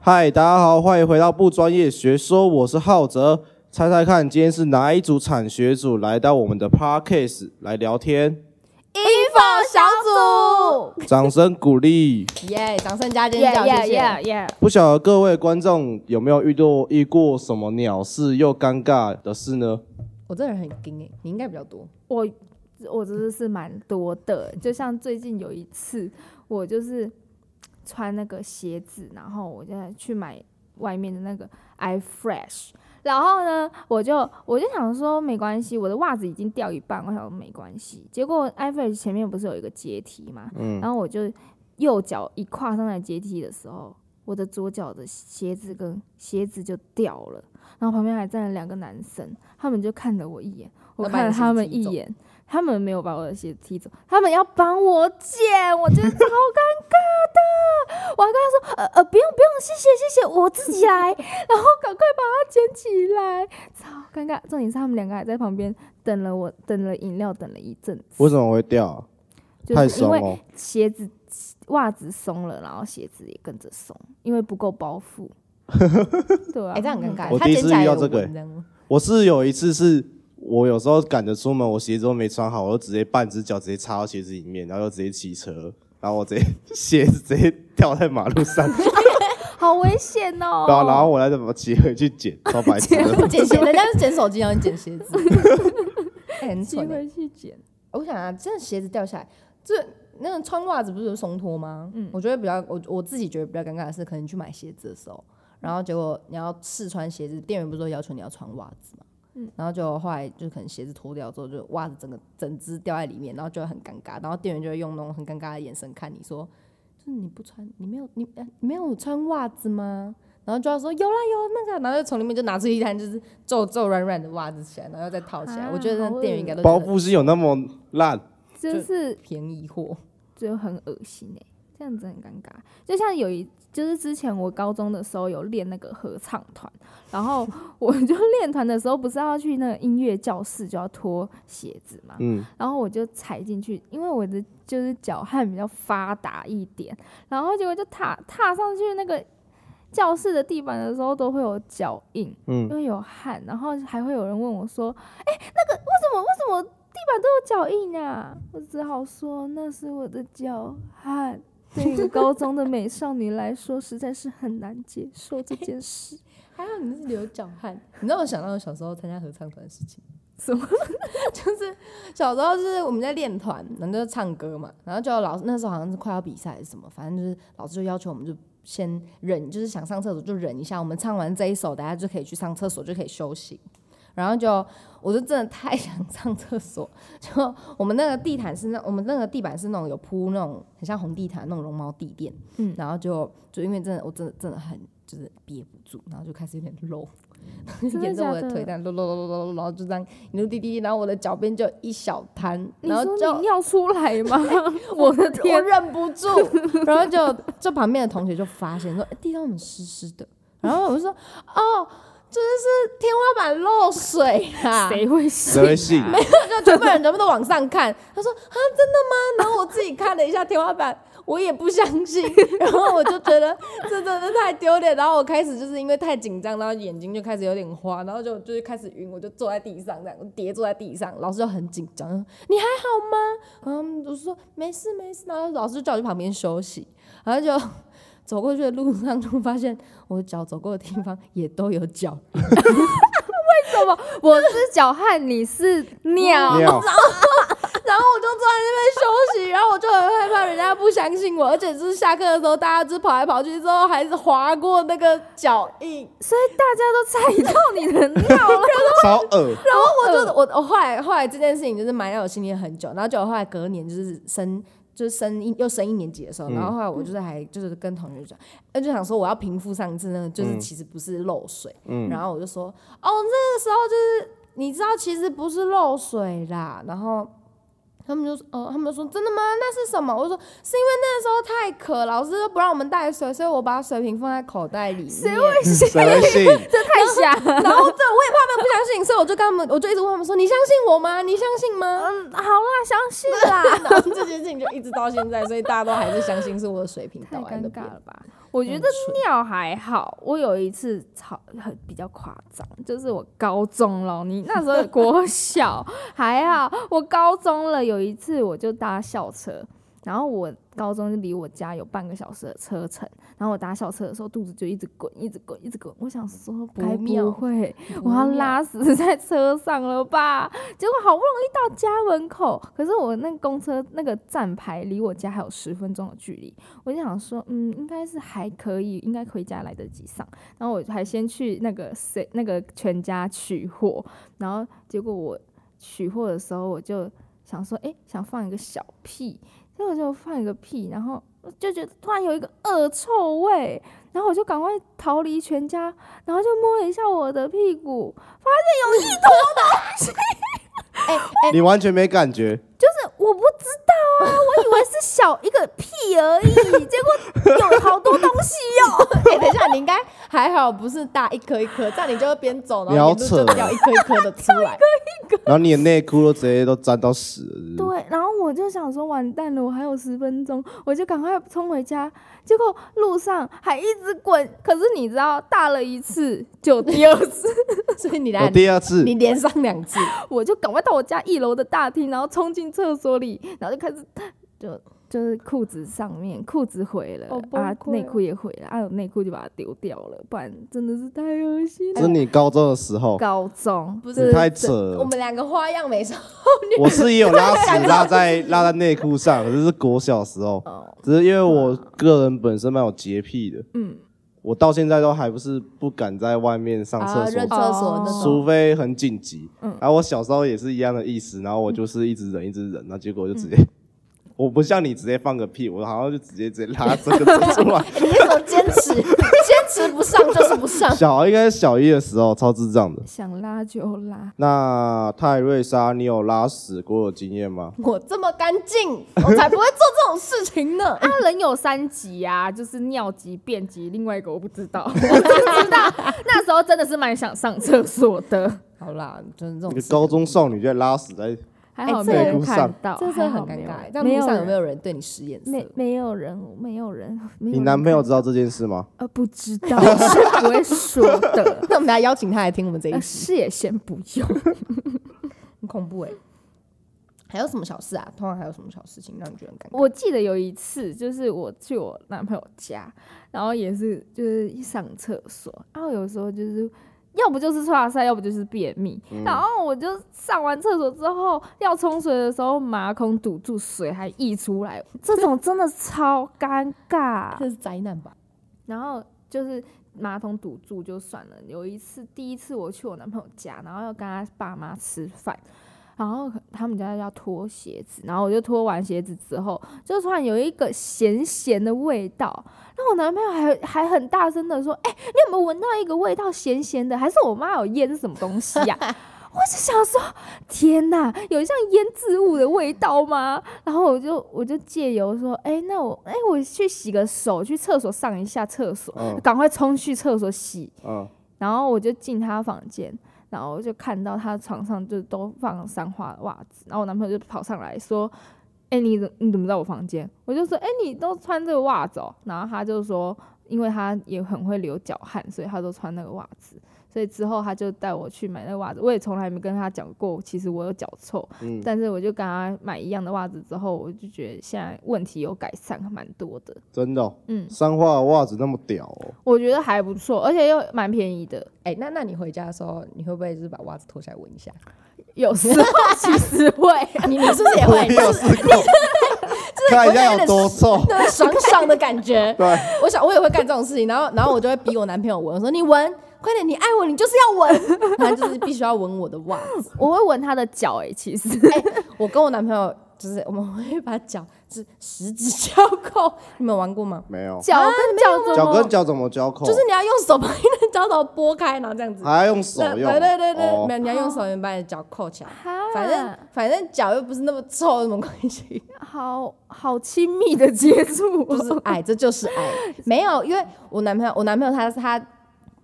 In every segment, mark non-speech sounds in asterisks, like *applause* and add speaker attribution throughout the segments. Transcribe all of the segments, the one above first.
Speaker 1: 嗨，大家好，欢迎回到不专业学说，我是浩哲。猜猜看，今天是哪一组产学组来到我们的 Parkcase 来聊天？
Speaker 2: info 小
Speaker 1: 掌声鼓励。
Speaker 2: 组，耶！掌声加尖叫，
Speaker 3: Yeah,
Speaker 2: 谢
Speaker 3: yeah,
Speaker 2: 谢。
Speaker 3: yeah,
Speaker 1: 不晓得各位观众有没有遇到遇过什么鸟事又尴尬的事呢？
Speaker 2: 我这人很精诶，你应该比较多。
Speaker 3: 我我真的是蛮多的，就像最近有一次，我就是穿那个鞋子，然后我就去买外面的那个 iFresh，然后呢，我就我就想说没关系，我的袜子已经掉一半，我想说没关系。结果 iFresh 前面不是有一个阶梯嘛，
Speaker 1: 嗯，
Speaker 3: 然后我就右脚一跨上来阶梯的时候，我的左脚的鞋子跟鞋子就掉了，然后旁边还站了两个男生，他们就看了我一眼，我
Speaker 2: 那把你
Speaker 3: 看了
Speaker 2: 的鞋子
Speaker 3: 他们
Speaker 2: 踢
Speaker 3: 一
Speaker 2: 走
Speaker 3: 眼，他们没有把我的鞋子踢走，他们要帮我捡，我觉得超尴尬的，我还跟他说，呃呃，不用不用，谢谢谢谢，我自己来，然后赶快把它捡起来，超尴尬。重点是他们两个还在旁边等了我，等了饮料，等了一阵子，
Speaker 1: 为什么会掉啊、
Speaker 3: 就
Speaker 1: 太
Speaker 3: 是因
Speaker 1: 松
Speaker 3: 为
Speaker 1: 哦。
Speaker 3: 鞋子袜子松了，然后鞋子也跟着松，因为不够
Speaker 1: *laughs*
Speaker 3: 包覆。对啊，
Speaker 2: 哎，这样很尴尬。
Speaker 1: 我
Speaker 2: 他
Speaker 1: 第一
Speaker 2: 捡
Speaker 1: 次
Speaker 2: 起来
Speaker 1: 遇到
Speaker 2: 有
Speaker 1: 这个
Speaker 2: 纹章
Speaker 1: 我是有一次是，我有时候赶着出门，我鞋子都没穿好，我就直接半只脚直接插到鞋子里面，然后又直接骑车，然后我直接 *laughs* 鞋子直接掉在马路上，
Speaker 3: 好危险
Speaker 1: *laughs*
Speaker 3: 哦。
Speaker 1: 然后啊然后我再怎么骑回去
Speaker 3: *laughs*
Speaker 1: 捡，超白痴的。
Speaker 2: 捡哦鞋，人家是捡手机，然后你捡鞋子，哎很
Speaker 3: 机
Speaker 2: 蠢欸。
Speaker 3: 会去捡，
Speaker 4: 我想啊，真的鞋子掉下来，这那个穿袜子不是有松脱吗？嗯，我觉得比较我我自己觉得比较尴尬的是，可能你去买鞋子的时候，然后结果你要试穿鞋子，店员不是说要求你要穿袜子嘛，嗯，然后就后来就可能鞋子脱掉之后，就袜子整个整只掉在里面，然后就很尴尬，然后店员就会用那种很尴尬的眼神看你说，就是你不穿，你没有你呃你没有穿袜子吗？然后就要说有啦有那个，然后就从里面就拿出一滩就是皱皱软软的袜子起来，然后再套起来。
Speaker 3: 啊
Speaker 4: 我觉得
Speaker 3: 好
Speaker 4: 那店员应
Speaker 3: 恶
Speaker 4: 该都觉
Speaker 1: 包
Speaker 4: 得
Speaker 1: 覆是有那么烂，
Speaker 3: *laughs* 就是
Speaker 4: 便宜货。
Speaker 3: 就很恶心哎、这样子很尴尬。就像有一，就是之前我高中的时候有练那个合唱团，然后
Speaker 1: *laughs*
Speaker 3: 我就练团的时候不是要去那个音乐教室就要脱鞋子嘛，
Speaker 1: 嗯，
Speaker 3: 然后我就踩进去，因为我的就是脚汗比较发达一点，然后结果就踏踏上去那个教室的地板的时候都会有脚印，
Speaker 1: 嗯
Speaker 3: 因为有汗，然后还会有人问我说：“哎、那个为什么为什么地板都有脚印啊？”我只好说那是我的脚
Speaker 4: *laughs*
Speaker 3: 汗。对于高中的美少女来说，实在是很难接受这件事。
Speaker 4: *laughs* 还好你是流脚汗，你知道我想到我小时候参加合唱团的事情，
Speaker 3: 什么？
Speaker 4: 就是小时候就是我们在练团，然后就唱歌嘛，然后就有老师那时候好像是快要比赛还是什么，反正就是老师就要求我们就先忍，就是想上厕所就忍一下，我们唱完这一首，大家就可以去上厕所，就可以休息。然后就我就真的太想上厕所，就我们那个地毯是那我们那个地板是那种有铺那种很像红地毯那种绒毛地垫，
Speaker 3: 嗯
Speaker 4: 然后就就因为真的我真的真的很就是憋不住，然后就开始有点漏， *laughs*
Speaker 3: 真的
Speaker 4: 沿着我
Speaker 3: 假的
Speaker 4: 腿这样漏漏漏漏漏，然后就这样一路滴滴，然后我的脚边就一小滩，
Speaker 3: 你
Speaker 4: 然后
Speaker 3: 说
Speaker 4: 就
Speaker 3: 你尿出来
Speaker 4: *laughs*
Speaker 3: 吗？我的
Speaker 4: 我 *laughs*
Speaker 3: 天！
Speaker 4: 忍不住，然后就就旁边的同学就发现说、欸地上怎么湿湿的，然后我就说哦，这是天花板漏水啊，
Speaker 3: 谁会信、啊？
Speaker 1: 谁会信
Speaker 4: 没有，就全部人全部都往上看。他说啊，真的吗？然后我自己看了一下天花板，我也不相信。然后我就觉得这真的太丢脸。然后我开始就是因为太紧张，然后眼睛就开始有点花，然后就就是开始晕，我就坐在地上这样，我跌坐在地上。老师就很紧张，你还好吗？嗯，我说没事没事。然后老师就叫我去旁边休息，然后就。走过去的路上，就发现我脚走过的地方也都有脚
Speaker 3: 我是脚汗，你是 *laughs*
Speaker 1: 尿，
Speaker 3: 尿。
Speaker 4: 然后我就坐在那边休息，然后我就很害怕人家不相信我，而且就是下课的时候，大家就是跑来跑去之后，还是划过那个脚印。
Speaker 3: 所以大家都猜到你的尿了。
Speaker 1: 超恶，
Speaker 4: 然后我就我我后来后来这件事情就是埋在我心里很久，然后就后来隔年就是升就是升一又升一年级的时候，
Speaker 1: 嗯
Speaker 4: 然后后来我就是还就是跟同学讲，呃就想说我要平复上次那个就是其实不是漏水，
Speaker 1: 嗯
Speaker 4: 然后我就说哦那个时候就是你知道其实不是漏水啦，然后。他们就说，哦，他们就说真的吗？那是什么？我就说是因为那时候太渴，老师都不让我们带水，所以我把水瓶放在口袋里面。 *laughs*
Speaker 1: 谁会
Speaker 3: *laughs*
Speaker 1: 信？
Speaker 3: 这太瞎了。
Speaker 4: 然后这我也怕他们不相信，所以我就跟他们，我就一直问他们说：“你相信我吗？你相信吗
Speaker 3: 嗯，好啦，相信啦。
Speaker 4: *laughs* ？”然后就是件事情就一直到现在，所以大家都还是相信是我的水平
Speaker 3: 太
Speaker 4: 到来
Speaker 3: 尴
Speaker 4: 那
Speaker 3: 尬
Speaker 4: 边。
Speaker 3: 了吧？我觉得尿还好，我有一次吵很比较夸张，就是我高中了，你那时候国小还好，我高中了有一次我就搭校车，然后我高中离我家有半个小时的车程，然后我搭校车的时候肚子就一直滚，一直滚，一直滚，我想说
Speaker 4: 不
Speaker 3: 该
Speaker 4: 妙
Speaker 3: 不会
Speaker 4: 不
Speaker 3: 我要
Speaker 4: 妙
Speaker 3: 拉死在车上了吧？结果好不容易到家门口，可是我那公车那个站牌离我家还有十分钟的距离，我就想说，嗯，应该是还可以，应该回家来得及上。然后我还先去那个谁那个全家取货，然后结果我取货的时候，我就想说，诶，想放一个小屁，结果就放一个屁，然后我就觉得突然有一个恶臭味，然后我就赶快逃离全家，然后就摸了一下我的屁股，
Speaker 4: 哎哎，
Speaker 1: 你完全没感觉，
Speaker 3: 就是我不知道啊，我以为是小一个屁而已，结果有好多东西哦、 *laughs*
Speaker 4: 哎等一下，你应该还好，不是大一颗一颗，这样你就会边走，然
Speaker 1: 你好
Speaker 4: 后沿路就
Speaker 1: 扯
Speaker 4: 掉一颗一颗的出 *laughs* 来。
Speaker 1: 然后你的内裤都直接都沾到屎了是不是，
Speaker 3: 对，啊然后我就想说完蛋了，我还有十分钟，我就赶快冲回家。结果路上还一直滚，可是你知道，大了一次就第二次， *laughs*
Speaker 4: 所以你
Speaker 1: 我
Speaker 4: 来，
Speaker 1: 第二次
Speaker 4: 你连上两次，
Speaker 3: 我就赶快到我家一楼的大厅，然后冲进厕所里，然后就开始就就是裤子上面裤子毁了、
Speaker 4: 好崩
Speaker 3: 啊，
Speaker 4: 溃
Speaker 3: 内
Speaker 4: 哦
Speaker 3: 裤也毁了，啊，我内裤就把它丢掉了，不然真的是太恶心
Speaker 1: 是
Speaker 3: 了。
Speaker 1: 你高中的时候，
Speaker 3: 高中
Speaker 4: 不
Speaker 1: 你
Speaker 4: 是
Speaker 1: 太扯了。
Speaker 4: 我们两个花样没少。
Speaker 1: *laughs* 我是也有拉屎拉在拉在内裤上，可是是国小时候，
Speaker 3: 哦，
Speaker 1: 只是因为我个人本身蛮有洁癖的，
Speaker 3: 嗯，
Speaker 1: 我到现在都还不是不敢在外面上厕
Speaker 4: 啊，
Speaker 1: 所哦
Speaker 4: 认，厕所那种。
Speaker 1: 除非很紧急。
Speaker 3: 嗯
Speaker 1: 然后我小时候也是一样的意思，然后我就是一直忍一直忍，然后结果就直接，
Speaker 3: 嗯
Speaker 1: *laughs* 我不像你直接放个屁，我好像就直接直接拉这个出来。
Speaker 4: 哎你那种坚持，坚持不上就是不上。
Speaker 1: 小应该是小一的时候超智障的。
Speaker 3: 想拉就拉，
Speaker 1: 那泰瑞莎，你有拉屎过的经验吗？
Speaker 4: 我这么干净，我才不会做这种事情呢。
Speaker 3: 啊，人有三级啊，就是尿急、便急，另外一个我不知
Speaker 1: *laughs*
Speaker 3: 道，我只知道那时候真的是蛮想上厕所的，
Speaker 4: 好啦，就是这
Speaker 1: 一
Speaker 4: 种
Speaker 1: 个
Speaker 4: 事
Speaker 1: 高中少女就拉屎在，
Speaker 3: 还好
Speaker 4: 哎
Speaker 3: 没有
Speaker 1: 这
Speaker 3: 人
Speaker 1: 个
Speaker 3: 看到，
Speaker 4: 这真的
Speaker 3: 还
Speaker 4: 很
Speaker 3: 好
Speaker 4: 尴尬。
Speaker 3: 没
Speaker 4: 但路
Speaker 3: 有
Speaker 4: 上有没
Speaker 3: 人？
Speaker 4: 有人对你使眼色？
Speaker 3: 没没有人，没有人，没有
Speaker 1: 你
Speaker 3: 人
Speaker 1: 男朋友
Speaker 3: 看
Speaker 1: 知道这件事吗？
Speaker 3: 呃不知道，我是不会说的，
Speaker 1: *laughs*
Speaker 4: 那我们来邀 *laughs* 请他来听我们这一
Speaker 3: 呃
Speaker 4: 集，
Speaker 3: 是也先不用。
Speaker 4: *laughs* 很恐怖哎、还有什么小事啊？通常还有什么小事情让你觉得很尴尬？
Speaker 3: 我记得有一次，就是我去我男朋友家，然后也是就是一上厕所，然后有时候就是要不就是刷塞，要不就是便秘，然后我就上完厕所之后要冲水的时候，马桶堵住水还溢出来，这种真的超尴
Speaker 4: *laughs*
Speaker 3: 尬。
Speaker 4: 这是灾难吧？
Speaker 3: 然后就是马桶堵住就算了，有一次第一次我去我男朋友家，然后要跟他爸妈吃饭。然后他们家要脱鞋子，然后我就脱完鞋子之后，就突然有一个咸咸的味道。那我男朋友还还很大声的说：“哎、你有没有闻到一个味道咸咸的？还是我妈有腌什么东西呀、 *laughs* 我就想说，天哪，有像腌制物的味道吗？然后我就我就借由说，哎、那我哎、我去洗个手，去厕所上一下厕所，
Speaker 1: 嗯
Speaker 3: 赶快冲去厕所洗。
Speaker 1: 嗯，
Speaker 3: 然后我就进他房间，然后我就看到他床上就都放三花的袜子，然后我男朋友就跑上来说：“哎、你怎你怎么在我房间？”我就说：“哎、你都穿这个袜子哦。”然后他就说：“因为他也很会流脚汗，所以他都穿那个袜子。”所以之后他就带我去买那个袜子，我也从来没跟他讲过，其实我有脚臭，
Speaker 1: 嗯
Speaker 3: 但是我就跟他买一样的袜子之后，我就觉得现在问题有改善，蛮多的，
Speaker 1: 真的、哦，
Speaker 3: 嗯
Speaker 1: 三花的袜子那么屌哦，
Speaker 3: 我觉得还不错，而且又蛮便宜的。
Speaker 4: 哎、那那你回家的时候，你会不会就是把袜子脱下来闻一下？
Speaker 3: 有时 *laughs* 候其实会，
Speaker 4: *laughs* 你 *laughs* 你是不
Speaker 3: 啊
Speaker 4: 是也
Speaker 1: *laughs* 我
Speaker 4: 会？
Speaker 1: 也有试过， *laughs* 看一下有多臭。，
Speaker 4: 那个爽爽的感觉
Speaker 1: *laughs* 对，
Speaker 4: 我想我也会干这种事情，然后然后我就会逼我男朋友闻，我说你闻，快点，你爱我，你就是要闻， *laughs* 他就是必须要闻我的袜子。
Speaker 3: 我会闻他的脚诶、其实
Speaker 4: 哎、我跟我男朋友就是我们会把脚就是十指交扣，你们有玩过吗？
Speaker 1: 没有，
Speaker 3: 脚跟脚怎么？
Speaker 1: 脚跟脚怎么交扣？啊
Speaker 4: 就是你要用手把你的脚头拨开，然后这样子。
Speaker 1: 还要用哦手
Speaker 4: 对
Speaker 1: 用，
Speaker 4: 对对对对，
Speaker 1: 哦
Speaker 4: 没有，你要用手先把你的脚扣起来。
Speaker 3: 哈
Speaker 4: 反正反正脚又不是那么臭，有什么关系？
Speaker 3: 好好亲密的接触、
Speaker 4: 就
Speaker 3: 哦，
Speaker 4: 是
Speaker 3: *laughs*
Speaker 4: 爱，这就是爱。没有，因为我男朋友，我男朋友他他，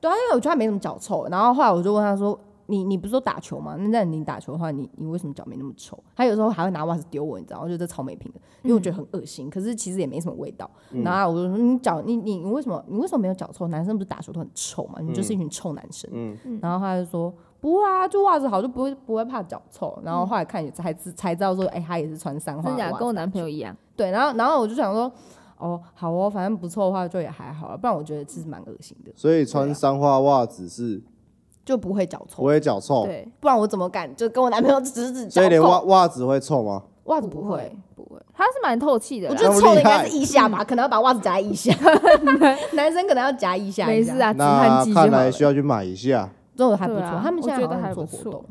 Speaker 4: 对啊，因为我觉得他没什么脚臭。然后后来我就问他说：“你你不是说打球吗？那那你打球的话，你你为什么脚没那么臭？他有时候还会拿袜子丢我，你知道吗？我觉得这草莓瓶的，因为我
Speaker 3: 嗯
Speaker 4: 觉得很恶心，可是其实也没什么味道。然后我就说你脚你你你为什么你为什么没有脚臭？男生不是打球都很臭嘛？你就是一群臭男生。
Speaker 1: 嗯
Speaker 4: 然后他就说不会啊，就袜子好就不会不会怕脚臭。然后后来看也才知才知道说，哎、他也是穿三花
Speaker 3: 嗯真
Speaker 4: 的袜
Speaker 3: 假
Speaker 4: 子
Speaker 3: 跟我男朋友一样，
Speaker 4: 对，然后然后我就想说，哦，好哦，反正不臭的话就也还好了，不然我觉得是蛮恶心的，
Speaker 1: 所以穿三花袜子是
Speaker 4: 就不会脚
Speaker 1: 不
Speaker 4: 臭，
Speaker 1: 会脚臭，
Speaker 3: 对，
Speaker 4: 不然我怎么敢就跟我男朋友指指
Speaker 1: 所以
Speaker 4: 脚
Speaker 1: 连袜
Speaker 4: 臭？
Speaker 1: 袜子会臭吗？
Speaker 4: 袜子
Speaker 3: 不
Speaker 4: 不
Speaker 3: 会
Speaker 4: 会，
Speaker 3: 不会，他是蛮透气的
Speaker 4: 我
Speaker 3: 啦
Speaker 4: 觉，得
Speaker 1: 那么
Speaker 4: 臭的
Speaker 1: 厉
Speaker 4: 应该
Speaker 1: 害
Speaker 4: 是腋下吧，可能要把袜子夹在腋
Speaker 3: *laughs*
Speaker 4: 下，男生可能要夹腋下。
Speaker 3: 没事，啊，止
Speaker 1: 那
Speaker 3: 汗剂就好
Speaker 1: 看来需
Speaker 3: 了。
Speaker 1: 要去买一下。
Speaker 4: 这种还不
Speaker 3: 对
Speaker 4: 错
Speaker 3: 啊，
Speaker 4: 他们现在
Speaker 3: 我觉
Speaker 4: 好
Speaker 3: 得
Speaker 4: 像
Speaker 3: 还
Speaker 4: 有做
Speaker 3: 不
Speaker 4: 活
Speaker 3: 错
Speaker 4: 动，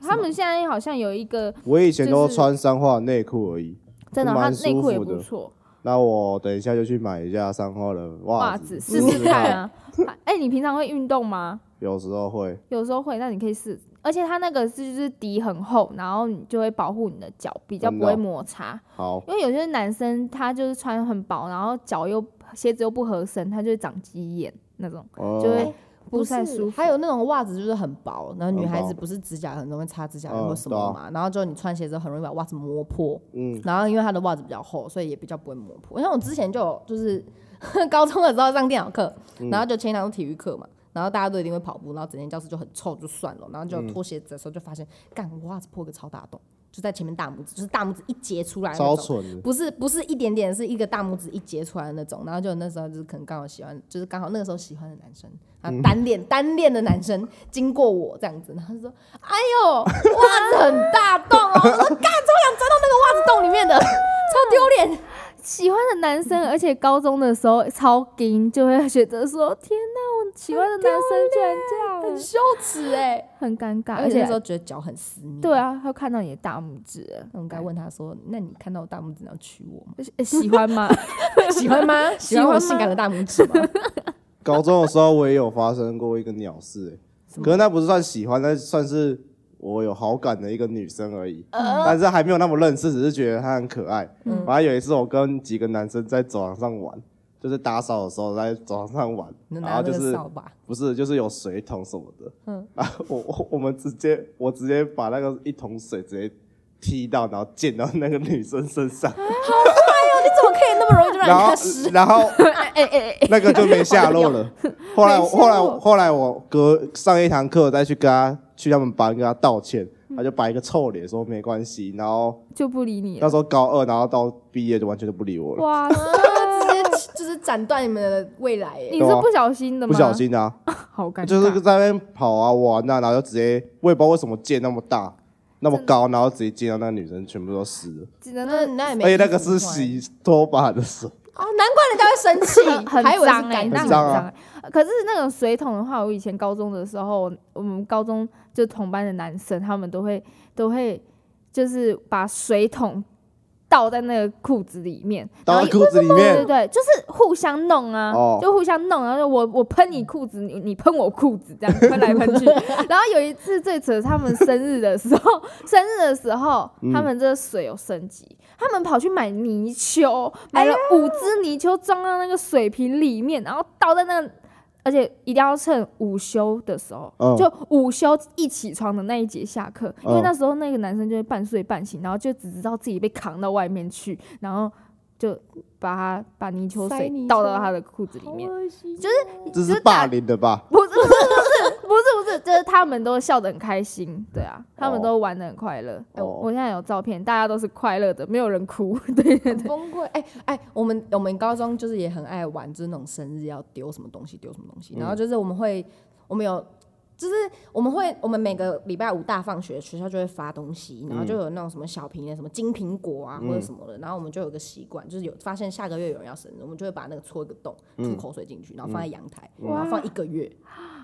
Speaker 3: 他们现在好像有一个
Speaker 1: 我以前都
Speaker 3: 就是
Speaker 1: 穿三花内裤而已。
Speaker 3: 真的，他
Speaker 1: 蛮舒
Speaker 3: 内裤也
Speaker 1: 服的
Speaker 3: 不错，
Speaker 1: 那我等一下就去买一下三花的
Speaker 3: 袜
Speaker 1: 袜
Speaker 3: 子试
Speaker 1: 试
Speaker 3: 试看。啊。啊哎、你平常会运动吗？
Speaker 1: 有时候会，
Speaker 3: 有时候会，那你可以试。而且它那个是就是底很厚，然后你就会保护你的脚，比较
Speaker 1: 真
Speaker 3: 不
Speaker 1: 的哦
Speaker 3: 会摩擦。
Speaker 1: 好，
Speaker 3: 因为有些男生他就是穿很薄，然后脚又鞋子又不合身，他就会长鸡眼那种，就
Speaker 1: 哦，
Speaker 3: 会不太
Speaker 4: 是
Speaker 3: 舒服。
Speaker 4: 还有那种袜子就是很薄，然后女
Speaker 1: 很
Speaker 4: 孩子
Speaker 1: 薄
Speaker 4: 不是指甲很容易擦指甲油
Speaker 1: 嗯
Speaker 4: 或什
Speaker 1: 对啊
Speaker 4: 么嘛，然后就你穿鞋子很容易把袜子磨破。
Speaker 1: 嗯，
Speaker 4: 然后因为他的袜子比较厚，所以也比较不会磨破。因为我之前就有就是 *laughs* 高中的时候上电脑课，
Speaker 1: 嗯
Speaker 4: 然后就前一堂是体育课嘛，然后大家都一定会跑步，然后整间教室就很臭就算了，然后就
Speaker 1: 嗯
Speaker 4: 脱鞋子的时候就发现，干我袜子破个超大洞，就在前面大拇指，就是大拇指一截出来
Speaker 1: 超
Speaker 4: 那种。
Speaker 1: 蠢的，
Speaker 4: 不是不是一点点，是一个大拇指一截出来的那种，然后就那时候就是可能刚好喜欢，就是刚好那个时候喜欢的男生啊，单恋、单恋的男生经过我这样子，然后他 *laughs* 说：“哎呦，袜子很大洞哦！”我说：“干，超想钻到那个袜子洞里 *laughs* 面的，超丢脸。
Speaker 3: 喜欢的男生，而且高中的时候超硬，就会觉得说：“天哪，我喜欢的男生居然这样，
Speaker 4: 羞耻哎、
Speaker 3: 很尴尬。”
Speaker 4: 而
Speaker 3: 而
Speaker 4: 且那
Speaker 3: 且
Speaker 4: 时候觉得脚很私密。
Speaker 3: 对，啊，他看到你的大拇指了，
Speaker 4: 那我应该问他说：“那你看到我大拇指，你要娶我 *laughs* 吗？
Speaker 3: 呃喜欢吗？ *laughs*
Speaker 4: 喜欢吗？喜欢
Speaker 3: 喜
Speaker 4: 我
Speaker 3: 欢吗
Speaker 4: 性感的大拇指吗？” *laughs*
Speaker 1: 高中的时候我也有发生过一个鸟事、欸，可是那不是算喜欢，那算是我有好感的一个女生而已，
Speaker 4: 呃
Speaker 1: 但是还没有那么认识，只是觉得她很可爱。
Speaker 4: 嗯
Speaker 1: 反正有一次我跟几个男生在走廊上玩，就是打扫的时候在走廊上玩，
Speaker 4: 你
Speaker 1: 然
Speaker 4: 拿
Speaker 1: 后
Speaker 4: 那
Speaker 1: 就
Speaker 4: 个
Speaker 1: 是
Speaker 4: 扫把，
Speaker 1: 不是就是有水桶什么的，嗯，啊，我我我们直接我直接把那个一桶水直接踢到，然后溅到那个女生身上，
Speaker 4: 你怎么可以那么容易就让
Speaker 1: 然
Speaker 4: 人
Speaker 1: 后
Speaker 4: 家湿？
Speaker 1: 然后
Speaker 3: *laughs* 哎哎哎，
Speaker 1: 那个就没下落了。后来我
Speaker 3: 没下
Speaker 1: 后来
Speaker 3: 落
Speaker 1: 我后来我隔上一堂课再去跟他去他们班跟他道歉，
Speaker 3: 嗯
Speaker 1: 他就摆一个臭脸说没关系。然后
Speaker 3: 就不理你
Speaker 1: 那 *laughs*
Speaker 3: 了。
Speaker 1: 时候高二，然后到毕业就完全都不理我了，
Speaker 3: 哇，
Speaker 4: *laughs* 直接就是斩断你们的未来欸耶
Speaker 3: *laughs* 你是不小心的吗？
Speaker 1: 不小，心的啊，
Speaker 3: 好尴尬。
Speaker 1: 就是在那边跑啊玩啊，然后就直接我也不知道为什么箭那么大。那么高，然后直接溅到那个女生，全部都湿了。
Speaker 3: 只能
Speaker 4: 那那也没，
Speaker 1: 而且那个是洗拖把的水，
Speaker 4: 哦，难怪人家会生气，
Speaker 3: *laughs* 很
Speaker 4: 还以为是
Speaker 3: 脏哎、
Speaker 4: 干
Speaker 1: 很
Speaker 3: 那很
Speaker 1: 脏啊
Speaker 3: 脏、欸。可是那种水桶的话，我以前高中的时候，我们高中就同班的男生，他们都会都会就是把水桶倒在那个裤子里面，然
Speaker 1: 到
Speaker 3: 后
Speaker 1: 裤子里
Speaker 3: 对对
Speaker 1: 面，
Speaker 3: 对，就是互相弄啊，
Speaker 1: 哦
Speaker 3: 就互相弄，然后就我我喷你裤子，你你喷我裤子，这样喷来喷去。 *laughs* 然后有一次最扯，他们生日的时候， *laughs* 生日的时候，
Speaker 1: 嗯
Speaker 3: 他们这个水有升级，他们跑去买泥鳅，
Speaker 1: 哎
Speaker 3: 买了五只泥鳅装到那个水瓶里面，然后倒在那个。而且一定要趁午休的时候，
Speaker 1: 嗯
Speaker 3: 就午休一起床的那一节下课，因为
Speaker 1: 嗯
Speaker 3: 那时候那个男生就会半睡半醒，然后就只知道自己被扛到外面去，然后就把他把泥鳅
Speaker 4: 塞
Speaker 3: 水
Speaker 4: 泥鳅
Speaker 3: 倒到他的裤子里面，
Speaker 4: 就是
Speaker 1: 这是霸凌的吧？
Speaker 3: *laughs* 不是不是不是不是不是，就是他们都笑得很开心，对啊，他们
Speaker 4: 哦
Speaker 3: 都玩得很快乐。哎
Speaker 1: 哦
Speaker 3: 我现在有照片，大家都是快乐的，没有人哭。 *laughs* 对对
Speaker 4: 很
Speaker 3: 对，
Speaker 4: 崩溃。哎哎，我们我们高中就是也很爱玩，就是那种生日要丢什么东西丢什么东
Speaker 1: 嗯
Speaker 4: 西，然后就是我们会我们有。就是我们会，我们每个礼拜五大放学，学校就会发东
Speaker 1: 嗯
Speaker 4: 西，然后就有那种什么小瓶的，什么金苹果啊、或者什么的，然后我们就有个习惯，就是有发现下个月有人要生日，我们就会把那个戳一个洞，
Speaker 1: 嗯
Speaker 4: 吐口水进去，然后放在阳台，然后放一个月，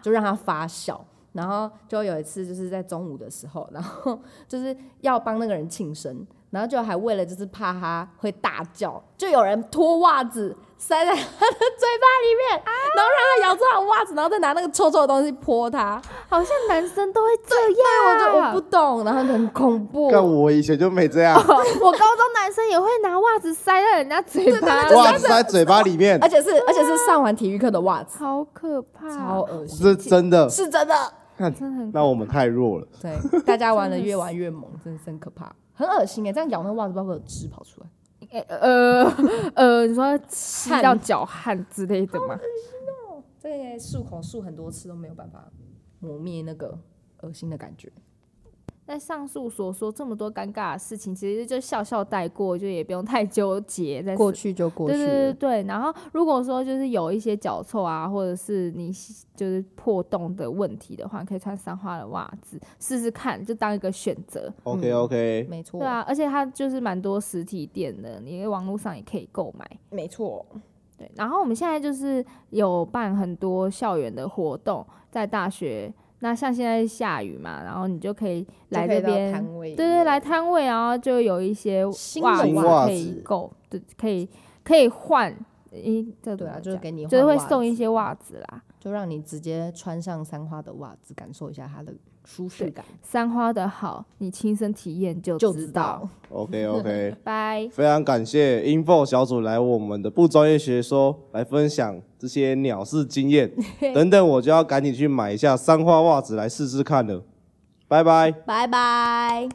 Speaker 4: 就让它发酵。然后就有一次就是在中午的时候，然后 *laughs* 就是要帮那个人庆生，然后就还为了就是怕他会大叫，就有人脱袜子塞在他的嘴巴里面，然后让他咬住他的袜子，然后再拿那个臭臭的东西泼他。
Speaker 3: 好像男生都会这
Speaker 4: 啊我就我
Speaker 3: 样。
Speaker 4: 不懂，然后很恐怖。
Speaker 1: *laughs* 但我以前就没这样，
Speaker 3: 我 *laughs* 高中男生也会拿袜子塞在人家嘴巴里，
Speaker 1: 袜子在嘴巴里面
Speaker 4: 而，且是而且是上完体育课的袜子，
Speaker 3: 好可怕。
Speaker 4: 超恶心，
Speaker 1: 是真的。
Speaker 4: 是真的。
Speaker 1: 看
Speaker 3: 啊真的很
Speaker 1: 那我们太弱了。
Speaker 4: 对，大家玩的越玩越猛，真的是很可怕，很恶心哎、这样咬那个袜子，不知道会有汁跑出来。
Speaker 3: 诶呃呃，你说吸
Speaker 2: 汗
Speaker 3: 到脚汗之类的吗？
Speaker 4: 在漱口漱很多次都没有办法磨灭那个恶心的感觉。
Speaker 3: 那上述所说这么多尴尬的事情，其实就笑笑带过，就也不用太纠结在
Speaker 4: *laughs* 过去就过去
Speaker 3: 对
Speaker 4: 了，
Speaker 3: 对对对，然后如果说就是有一些脚臭啊，或者是你洗就是破洞的问题的话，可以穿三花的袜子试试看，就当一个选择。
Speaker 1: OK OK，
Speaker 4: 没错，
Speaker 3: 对啊，而且它就是蛮多实体店的，你网络上也可以购买。
Speaker 4: 没错，
Speaker 3: 对，然后我们现在就是有办很多校园的活动，在大学。那像现在下雨嘛，然后你就可以来
Speaker 4: 就可
Speaker 3: 这
Speaker 4: 以到
Speaker 3: 边，
Speaker 4: 摊位，
Speaker 3: 对对，来摊位，然后就有一些
Speaker 4: 新
Speaker 3: 袜
Speaker 1: 的袜
Speaker 3: 可
Speaker 1: 子
Speaker 3: 以购，对，可以可以换，诶，这
Speaker 4: 对
Speaker 3: 怎
Speaker 4: 啊，
Speaker 3: 么
Speaker 4: 就是
Speaker 3: 讲
Speaker 4: 给你
Speaker 3: 就是
Speaker 4: 换
Speaker 3: 会
Speaker 4: 袜
Speaker 3: 送一
Speaker 4: 子，
Speaker 3: 些袜子啦。
Speaker 4: 就让你直接穿上三花的袜子，感受一下它的舒适
Speaker 3: 对
Speaker 4: 感，
Speaker 3: 三花的好，你亲身体验就
Speaker 4: 就
Speaker 3: 知
Speaker 4: 知道。
Speaker 1: OK OK，
Speaker 3: 拜，
Speaker 1: *laughs* 非常感谢 Info 小组来我们的不专业学说来分享这些鸟事经验，等等我就要赶紧去买一下三花袜子来试试看了，拜拜。
Speaker 2: 拜拜。